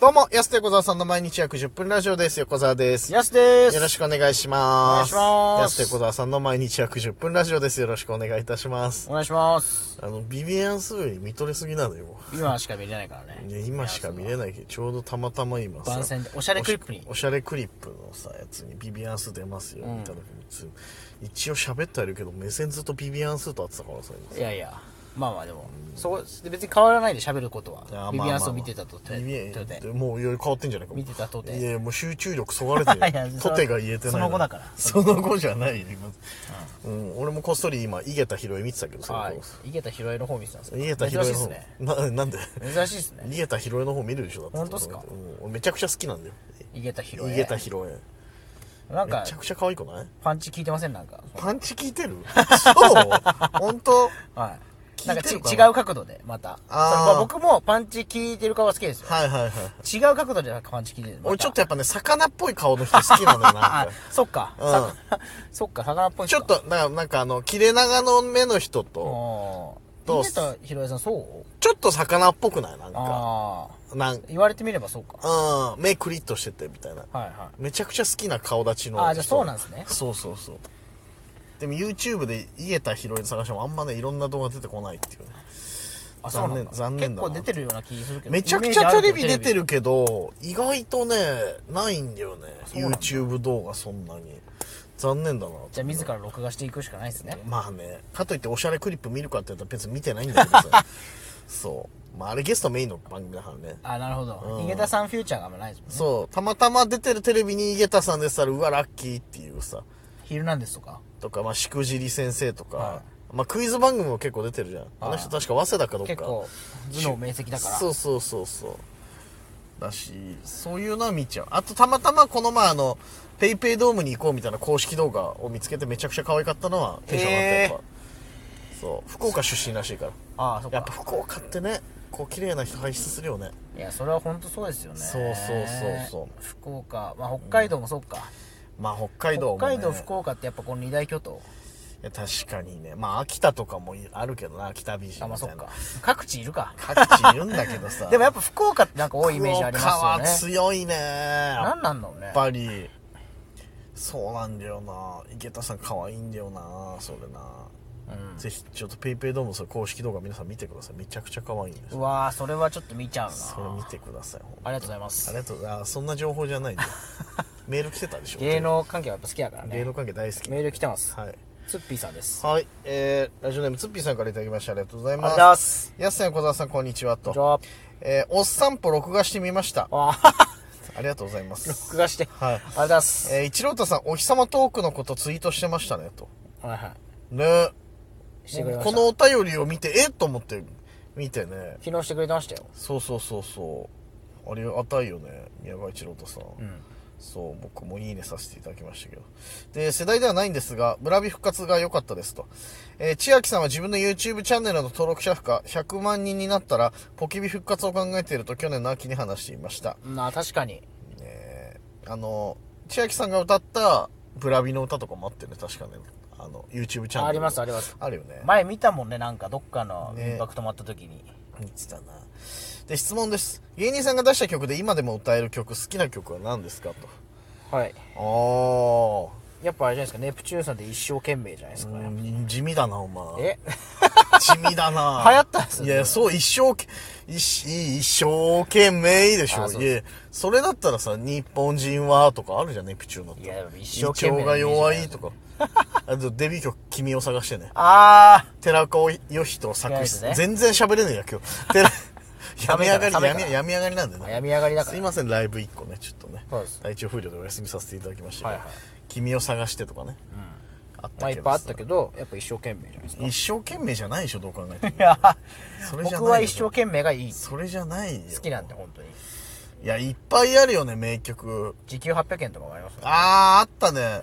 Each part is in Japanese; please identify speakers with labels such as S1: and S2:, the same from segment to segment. S1: どうも、安手小沢さんの毎日約10分ラジオです。横澤です。よ
S2: やすです。
S1: ろし
S2: く。
S1: くお願いします。
S2: お願いします
S1: 安手小沢さんの毎日約10分ラジオです。よろしくお願いいたします。
S2: お願いします。
S1: あの、ビビアンスーに見とれすぎなのよ。
S2: 今しか見れないからね。
S1: ね今しか見れないけど、ちょうどたまたま今さ。
S2: 番宣で、おしゃれクリップに
S1: おし。おしゃれクリップのさ、やつにビビアンスー出ますよ。見た時につ一応喋ってはいるけど、目線ずっとビビアンスーと合ってたからさ、
S2: いやいや、まあまあでも、そこ、別に変わらないで喋ることは。ビビアンスを見てたとて、
S1: ビビ
S2: とて。
S1: もういろいろ変わってんじゃないかも
S2: 見てたとて
S1: いやいやもう集中力そがれて
S2: いや
S1: る
S2: そ
S1: とてが言えてない
S2: その後だから
S1: その後じゃないよ今、うん、俺もこっそり今井桁弘恵見てたけどさ
S2: は
S1: こ
S2: い。井桁弘恵の方見てたんです
S1: う
S2: か
S1: 井桁
S2: 珍
S1: 弘恵
S2: しい
S1: の
S2: です
S1: 方
S2: ね。
S1: ななんで
S2: 珍しいですね。
S1: 井桁弘恵の方見るでしょだって
S2: 本当っすか
S1: うん、めちゃくちゃ好きなんだよ
S2: 井桁弘
S1: 井
S2: 恵
S1: 桁。弘恵
S2: なん
S1: め
S2: か
S1: ち、ゃくちゃ可愛くない
S2: パンチ効いてませんなんか。
S1: パンチ効いてるそう本当
S2: はい。
S1: 効
S2: ないんか
S1: て
S2: ち
S1: るか
S2: 違
S1: な
S2: う角度で、また。
S1: あー
S2: そのま僕もパンチ効いてる顔は好きですよ。
S1: はいはいはい
S2: 違う角度でなんかパンチ効いてる。また
S1: 俺ちょっとやっぱね魚っぽい顔の人好きなのよなん
S2: あ
S1: か、
S2: そっか。
S1: うん
S2: 魚 そっか、魚っぽい
S1: ちょっとななんかあの切れ長の目の人と、
S2: と。
S1: ど
S2: ど
S1: う
S2: う
S1: す
S2: たひろやさん、そう
S1: ちょっと魚っぽくないなんか。
S2: ああ。
S1: なん
S2: 言われてみればそうか。
S1: うん、目クリッとしててみたいな。
S2: はいはい。
S1: めちゃくちゃ好きな顔立ちの人。
S2: あーじゃあそうなんですね
S1: そうそうそう。でも YouTube で井桁弘恵探してもあんまね、いろんな動画出てこないっていうね。
S2: あ、
S1: 残念
S2: そうなんだ
S1: 残念だな
S2: 結構出てるような気するけど。
S1: めちゃくちゃテレビ出て
S2: イメージあけど。
S1: るけど、意外とね、ないんだよね。
S2: そうなんだ
S1: YouTube 動画そんなに。残念だな。
S2: じゃあ自ら録画していくしかないですね。
S1: まあね、かといっておしゃれクリップ見るかって言ったら別に見てないんだけど さ。そう。まああれゲストメインの番組だからね。
S2: あ、なるほど。井桁さんフューチャーがあんまないですもんね。
S1: そう、たまたま出てるテレビに井桁さんでしたら、うわ、ラッキーっていうさ、
S2: ヒルナンデスとか。
S1: とか、まあ、しくじり先生とか、
S2: は
S1: まあ、クイズ番組も結構出てるじゃん。あの人確か早稲田かどっか。
S2: 結構、頭脳明晰だから。
S1: そうそうそうそう。だし、そういうのは見ちゃう。あと、たまたまこの前、あの、ペイペイドームに行こうみたいな公式動画を見つけてめちゃくちゃ可愛かったのはテンション上がった、やっぱ。そう、福岡出身らしいから。
S2: ああ、そっ
S1: やっぱ
S2: か。
S1: 福岡ってね、こう、綺麗な人輩出するよね。
S2: いや、それは本当そうですよね。。
S1: そうそうそうそう
S2: 福岡。まあ、北海道もそうか。
S1: まあ、北海道も、ね。
S2: 北海道、福岡ってやっぱこの二大巨頭。
S1: いや確かにねまあ秋田とかもいあるけどな秋田美人
S2: あ、まあ
S1: み
S2: そ
S1: た
S2: っ
S1: いな
S2: か。各地いるか。
S1: 各地いるんだけどさ
S2: でもやっぱ福岡ってなんか多いイメージあり
S1: 福岡は
S2: ますよね。
S1: 強いね
S2: なん
S1: や
S2: なんだろうね
S1: っ。ぱりそうなんだよな池田さん可愛いんだよなそれな、ぜひちょっとペイペイドームのその公式動画皆さん見てくださいめちゃくちゃ可愛いんです
S2: うわー、それはちょっと見ちゃう
S1: それ
S2: な。
S1: 見てくださいほん
S2: あ
S1: と
S2: りがとうございま
S1: あ
S2: す
S1: り。がとうございますそんな情報じゃないん だよメール来てたでしょ
S2: 芸能関係はやっぱ好きやから
S1: 芸
S2: ね。
S1: 能関係大好き
S2: メール来てます。
S1: はい
S2: ツッピーさんです。
S1: はい、えー、ラジオネームツッピーさんからいただきましてありがとうござい
S2: ありがとう
S1: ま
S2: ご
S1: す
S2: ざいます。
S1: やすさん、小沢さん、こんにちは
S2: じ
S1: と。
S2: ゃあ、
S1: えーおっさんぽ録画してみました。
S2: あー
S1: ありがとうございます。
S2: 録画して。
S1: はい
S2: ありがとうございます。
S1: えー、一郎太さん、お日様トークのことツイートしてましたね、と。
S2: はいは
S1: ね
S2: い。してくれま
S1: こ
S2: した。
S1: のお便りを見て、えっと思って、見てね。
S2: 昨日してくれてましたよ。
S1: そうそうそうそう。ありがたいよね、宮川一郎太さん。
S2: うん。
S1: そう、僕もいいねさせていただきましたけど。で、世代ではないんですが、村ビ復活が良かったですと。えー千秋さんは自分の YouTube チャンネルの登録者数が100万人になったら、ポキビ復活を考えていると去年の秋に話していました。
S2: まあ確かに。
S1: えーあの千秋さんが歌ったブラビの歌とかもあってね確かねあの YouTube チャンネル
S2: ありますあります
S1: あるよね
S2: 前見たもんね、なんかどっかの
S1: ね
S2: 民泊泊まった時に。
S1: 見てたなで質問です芸人さんが出した曲で今でも歌える曲好きな曲は何ですかと
S2: はい。
S1: あ
S2: やっぱあれじゃないですか、ネプチューンさんって一生懸命じゃないですか。
S1: あ地味だなお前
S2: え
S1: 地味だな
S2: 流行ったんすよ
S1: いやそう一生け一一生懸命でしょ
S2: あそう
S1: い
S2: で
S1: やそれだったらさ日本人はとかあるじゃんネプチューンだったら
S2: いやでも
S1: 胃
S2: 一生懸命
S1: 腸が弱い とか。あとデビュー曲「君を探してね
S2: あ
S1: 寺岡義人作詞、
S2: 意外とね
S1: 全然喋れねえや今日寺
S2: ダメだ
S1: 病み上
S2: ダ
S1: が
S2: メ
S1: り
S2: だ
S1: 病み病み上がりなんで
S2: あ
S1: ね
S2: 病み上がりだか
S1: す
S2: ら
S1: い。ませんライブ1個ねちょっとね
S2: そうです
S1: 体調不良でお休みさせていただきましたけど、
S2: はいはい
S1: 君を探して」とかね、あっ
S2: ま
S1: た
S2: あい
S1: け
S2: っ
S1: ど
S2: ぱいあっ
S1: さ
S2: たけど、やっぱ一生懸命じゃないですか。
S1: 一生懸命じゃないでしょどう考えても
S2: いや、
S1: それじゃないよ
S2: 僕は一生懸命がいい。
S1: それじゃないよ
S2: 好きなんで、本当に。
S1: いやいっぱいあるよね名曲
S2: 時給800円とかもありますよ
S1: あーあったね、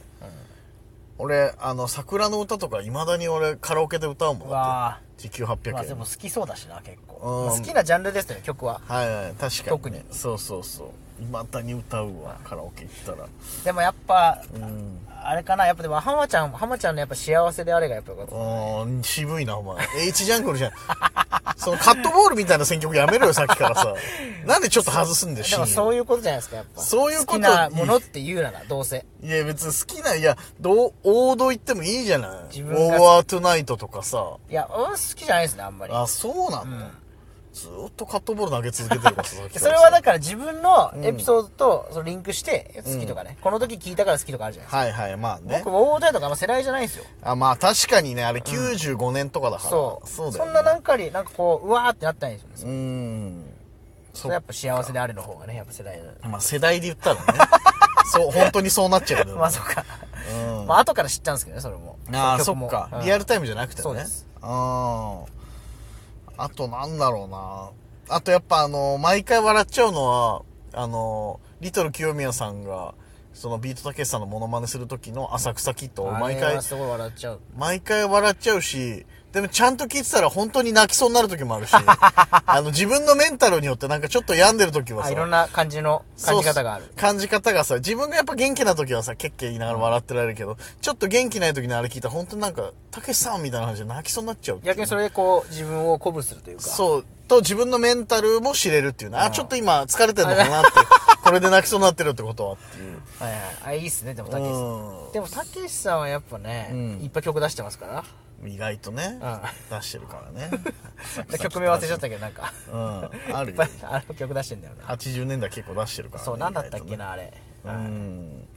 S1: 俺あの桜の歌とかいまだに俺カラオケで歌うもん
S2: う
S1: だ
S2: わ
S1: って時給800円、
S2: ーまあでも好きそうだしな、結
S1: うん
S2: 構。まあ好きなジャンルですよね、曲は。
S1: はいはい確かに、ね、
S2: 特に
S1: そうそうそういまだに歌うわカラオケ行ったら
S2: でもやっぱ、
S1: うん
S2: あれかな、やっぱでも、浜ちゃん、浜ちゃんのやっぱ幸せであれがやっぱよかった。
S1: あー渋いなお前 H ジャングルじゃん そのカットボールみたいな選曲やめ ろよ、さっきからさ。なんでちょっと外すんでし
S2: でもそういうことじゃないですか、やっぱ。
S1: そういうこと
S2: 好きなものって言うなら、どうせ。
S1: いや、別に好きな、いや、どう、王道行ってもいいじゃない。
S2: 自
S1: オ
S2: 分が
S1: ーバートゥナイトとかさ。
S2: いや、俺好きじゃないですね、あんまり。
S1: あ、そうなんだ。ずーっとカットボール投げ続けてるからさ、さっきか
S2: そ
S1: ら
S2: れ
S1: さ
S2: はだから自分のエピソードとそのリンクして好きとかね、この時聞いたから好きとかあるじゃない
S1: はいはい、まあ
S2: です
S1: ね
S2: か。。僕、大台とかあんま世代じゃないんですよ。
S1: あ、まあ確かにね、あれ95年とかだから。
S2: そう。
S1: そうだよ、ね。
S2: んななんかに、なんかこう、うわーってなったらいいんですよね。
S1: うーん。
S2: そ
S1: そ
S2: れや
S1: う
S2: っ。ぱ幸せであれの方がね、やっぱ世代の。
S1: まあ世代で言ったら ね。そう、本当にそうなっちゃうよね。
S2: まあそっか。
S1: うん
S2: まあ後から知ったんですけどね、それも。
S1: ああ、そ
S2: 曲
S1: っ
S2: も
S1: か、
S2: うん
S1: リアルタイムじゃなくてね。
S2: そうです
S1: うん。あとなんだろうな。あとやっぱあの、毎回笑っちゃうのは、あの、リトル清宮さんが、そのビートたけしさんのモノマネする時の浅草キットを毎
S2: あれ
S1: 回
S2: は、すごい笑っちゃう。
S1: 毎回笑っちゃうし、でもちゃんと聞いてたら本当に泣きそうになる時もある し、あの自分のメンタルによってなんかちょっと病んでる時は
S2: あ、
S1: さ、
S2: いろんな感じの感じ方がある
S1: そう。感じ方がさ、自分がやっぱ元気な時はさ、ケッケ言いながら笑ってられるけど、ちょっと元気ない時にあれ聞いたら、本当になんか、たけしさんみたいな話で泣きそうになっちゃうっていう
S2: 逆にそれでこう、自分を鼓舞するというか。
S1: そう。と、自分のメンタルも知れるっていうね。あ、ちょっと今疲れてるのかなって。 これで泣きそうになってるってことはっていう。
S2: はいはい。あ、いいっすね、でも、たけしさん。
S1: う
S2: でも、たけしさんはやっぱね、
S1: うん
S2: いっぱい曲出してますから。
S1: ん。意外とね、
S2: う
S1: 出してるから ね。
S2: 曲名忘れちゃったけど、なんか。
S1: うん。あ
S2: い
S1: る
S2: っ
S1: よ
S2: ぱい。あの曲出してんだよな。
S1: 80年代結構出してるから、ね。
S2: そう、なんだったっけ
S1: 意外
S2: な、あれ。
S1: とね。うん。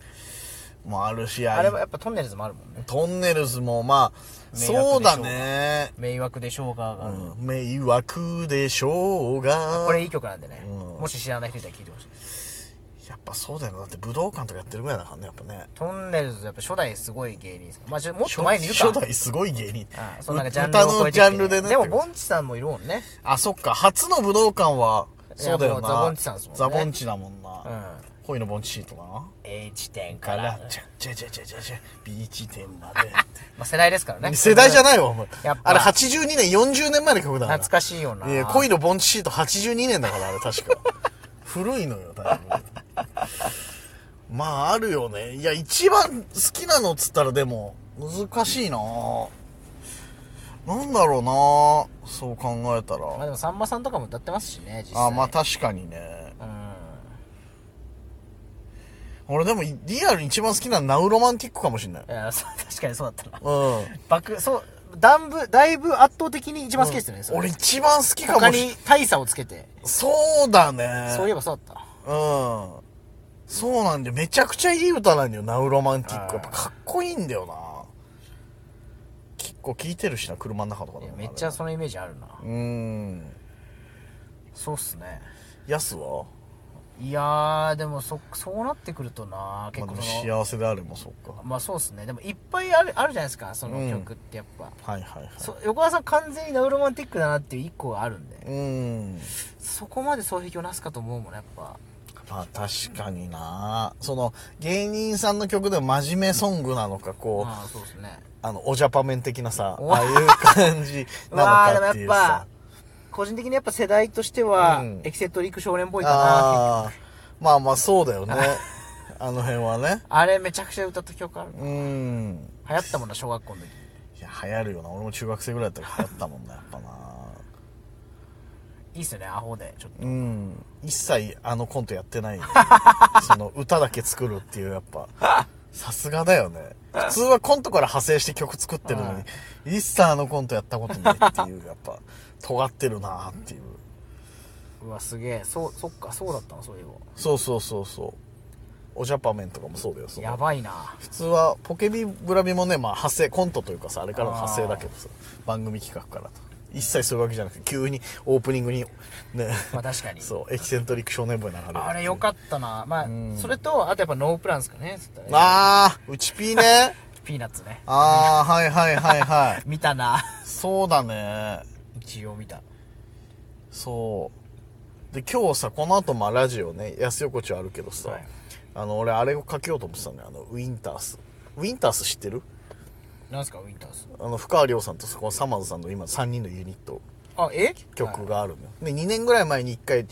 S1: もうあるし、
S2: あれはやっぱトンネルズもあるもんね。
S1: トンネルズもまあ、
S2: 迷惑でしょう
S1: そうだね。
S2: 迷惑でしょうかがある。
S1: うん迷惑でしょうが。
S2: これいい曲なんでね。
S1: うん
S2: もし知らない人いたら聴いてほしいです。
S1: やっぱそうだよな。だって武道館とかやってるぐらいだからね、やっぱね。
S2: トンネルズやっぱ初代すごい芸人です。まあ、ちょもっと前にいるか。
S1: 初代すごい芸人
S2: あ。そうなんかジャン
S1: 歌
S2: ルを超
S1: の
S2: え
S1: ジ
S2: てき
S1: ャ
S2: て
S1: ンルでね。
S2: でも、ボンチさんもいるもんね。
S1: あ、そっか。初の武道館は、そうだよな。
S2: いやもうザボンチさんですもんね
S1: ザボンチだもん
S2: う
S1: な。
S2: ん。
S1: 恋のボンチシートかな。
S2: A 地点か
S1: からら、。ちゃちゃちゃちゃちゃちゃ、B 地点まで。
S2: まあ、世代ですからね。
S1: 世代じゃ
S2: い
S1: ないわ、お前
S2: やっ。ぱ
S1: あれ82年、40年前の曲だから。
S2: 懐かしいよな。
S1: いや、恋の盆地シート82年だから、あれ確か。 古いのよ、だいぶ。まあ、あるよね。いや、一番好きなのっつったらでも、難しいななんだろうなそう考えた
S2: まあ
S1: ら。
S2: でも、さんまさんとかも歌ってますしね、実際。
S1: あ、まあ確かにね。
S2: う。
S1: 俺でも、リアルに一番好きなのはナウロマンティックかもしんない。うん
S2: いや、そう確かにそうだったな。
S1: ん。
S2: 爆、そう、だんぶ、だいぶ圧倒的に一番好きですよね、それ
S1: 俺一番好きか
S2: 他
S1: もしん
S2: に大差をつけて。
S1: そうだね。
S2: そういえばそうだった。
S1: うん。そうなんだよ。めちゃくちゃいい歌なんだよ、ナウロマンティック。
S2: あ
S1: や
S2: ー
S1: っぱかっこいいんだよな。結構聴いてるしな、車の中とかで
S2: いや
S1: も。
S2: めっちゃそのイメージあるな。
S1: うーん。
S2: そうっすね。
S1: ヤスは、
S2: いやー、でもそ、そうなってくるとな、結
S1: ま
S2: 構
S1: あ、
S2: その、
S1: 幸せであれもそうか。
S2: まあそうっすね。でもいっぱいある、あるじゃないですか、その曲ってやっぱ。
S1: はいはいはい。
S2: そ横川さん完全にナウロマンティックだなっていう一個があるんで、
S1: うーん。
S2: そこまで双璧をなすかと思うもんね、やっぱ。
S1: まあ確かにな。その、芸人さんの曲でも真面目ソングなのか、こう、
S2: まあそうっすね。
S1: あの、おジャパメン的なさ、
S2: お
S1: ああいう感じ
S2: うわ
S1: な
S2: ー
S1: のか
S2: で
S1: っ
S2: も
S1: てい
S2: やっ
S1: うさ
S2: ぱ。個人的にやっぱ世代としては、
S1: うん
S2: エキセントリック少年っぽいかな
S1: ああー。まあまあそうだよね。 あの辺はね。
S2: あれめちゃくちゃ歌った曲ある
S1: うーん。
S2: 流行ったもんな小学校の時
S1: いや、流行るよな。俺も中学生ぐらいだったら流行ったもんな、やっぱな。
S2: いいっすよねアホでちょっ
S1: うん。一切あのコントやって ないよその歌だけ作るっていう、やっぱ。さすがだよね。普通はコントから派生して曲作ってるのに、一切あのコントやったことないっていう、やっぱ、尖ってるなっていう。
S2: とうわすげえそうそっかそうだったのそういえ
S1: そうそうそうそう。おジャパメンとかもそうだよ、そ
S2: ば
S1: の
S2: やばいな
S1: 普通はポケビブラビもね、まあ、派生コントというかさあれからの派生だけどさ番組企画からと一切そういうわけじゃなくて急にオープニングにね
S2: まあ確かに
S1: そうエキセントリック少年ボーイ流れる
S2: あれよかったなまあそれとあとやっぱノープランですかねつったらね
S1: あーうちピーね
S2: ピーナッツね
S1: ああはいはいはいはい
S2: 見たな
S1: そうだね
S2: 一応見た
S1: そうで今日さこの後まあラジオね安横丁あるけどさ、
S2: はい
S1: あの俺あれをかけようと思ってたのよあのウィンタースウィンタース知ってる
S2: なんすかウィンターズ
S1: あの深川亮さんとそこのサマーズさんの今3人のユニット
S2: あえ
S1: 曲があるのよ、で2年ぐらい前に1回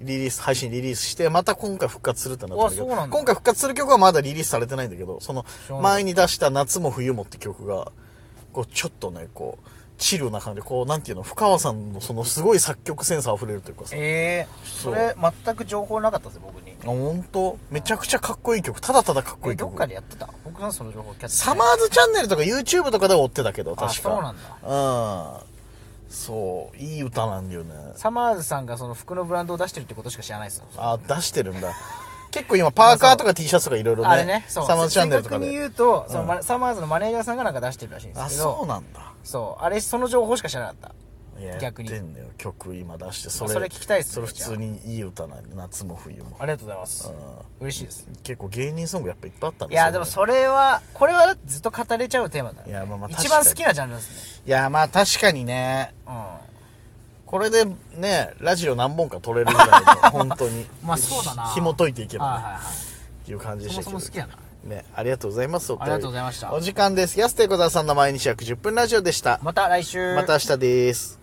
S1: リリース配信リリースしてまた今回復活するってなったんだけど
S2: うわそうなんだ
S1: 今回復活する曲はまだリリースされてないんだけどその
S2: 知らない
S1: 前に出した「夏も冬も」って曲がこうちょっとねこうチルな感じこうなんていうの深川さんのそのすごい作曲センスあふれるというかさ
S2: ええ
S1: そ
S2: そうれ全く情報なかったです僕に
S1: あ本当めちゃくちゃかっこいい曲ただただかっこい
S2: え
S1: い
S2: ど
S1: 曲
S2: っかでやってた僕のその情報キャッチ
S1: サマーズチャンネルとか YouTube とかでは追ってたけど確か
S2: あそうなん
S1: だうんそういい歌なんだよね
S2: サマーズさんがその服のブランドを出してるってことしか知らないですよ
S1: あ出してるんだ結構今パーカ ーとか T シャツとかいろいろね
S2: あれね
S1: サ
S2: そう
S1: マーズチャンネルとか
S2: 正確
S1: で
S2: に言うと、そのマサマーズのマネージャーさんがなんか出してるらしいんで
S1: あ
S2: すけ
S1: そう
S2: ど
S1: なんだ
S2: そうあれその情報しか知らなかった
S1: いや
S2: 逆に
S1: やってんだよ曲今出してそれ
S2: あそれ聞きたいっすね
S1: それ普通にいい歌なんで夏も冬も
S2: ありがとうございます
S1: う
S2: 嬉しいです
S1: ん結構芸人ソングやっぱいっぱいあったん
S2: いやでもそれはこれはだってずっと語れちゃうテーマだ、ね、
S1: いやまあまあ
S2: 一番
S1: 確か
S2: 好
S1: に
S2: きなジャンルですね
S1: いやまあ確かにね
S2: うん
S1: これでねラジオ何本か撮れるぐらい の本当に
S2: まあそうだな
S1: 紐解いていけ
S2: は
S1: ば、
S2: い
S1: ね
S2: はいはい
S1: っていう感じでし
S2: そ
S1: た
S2: も
S1: け
S2: そ
S1: ど
S2: も好きやな
S1: ねありがとうございますあ
S2: ありがとうございました
S1: お時間です安手小沢さんの毎日約10分ラジオでした
S2: また来週
S1: また明日です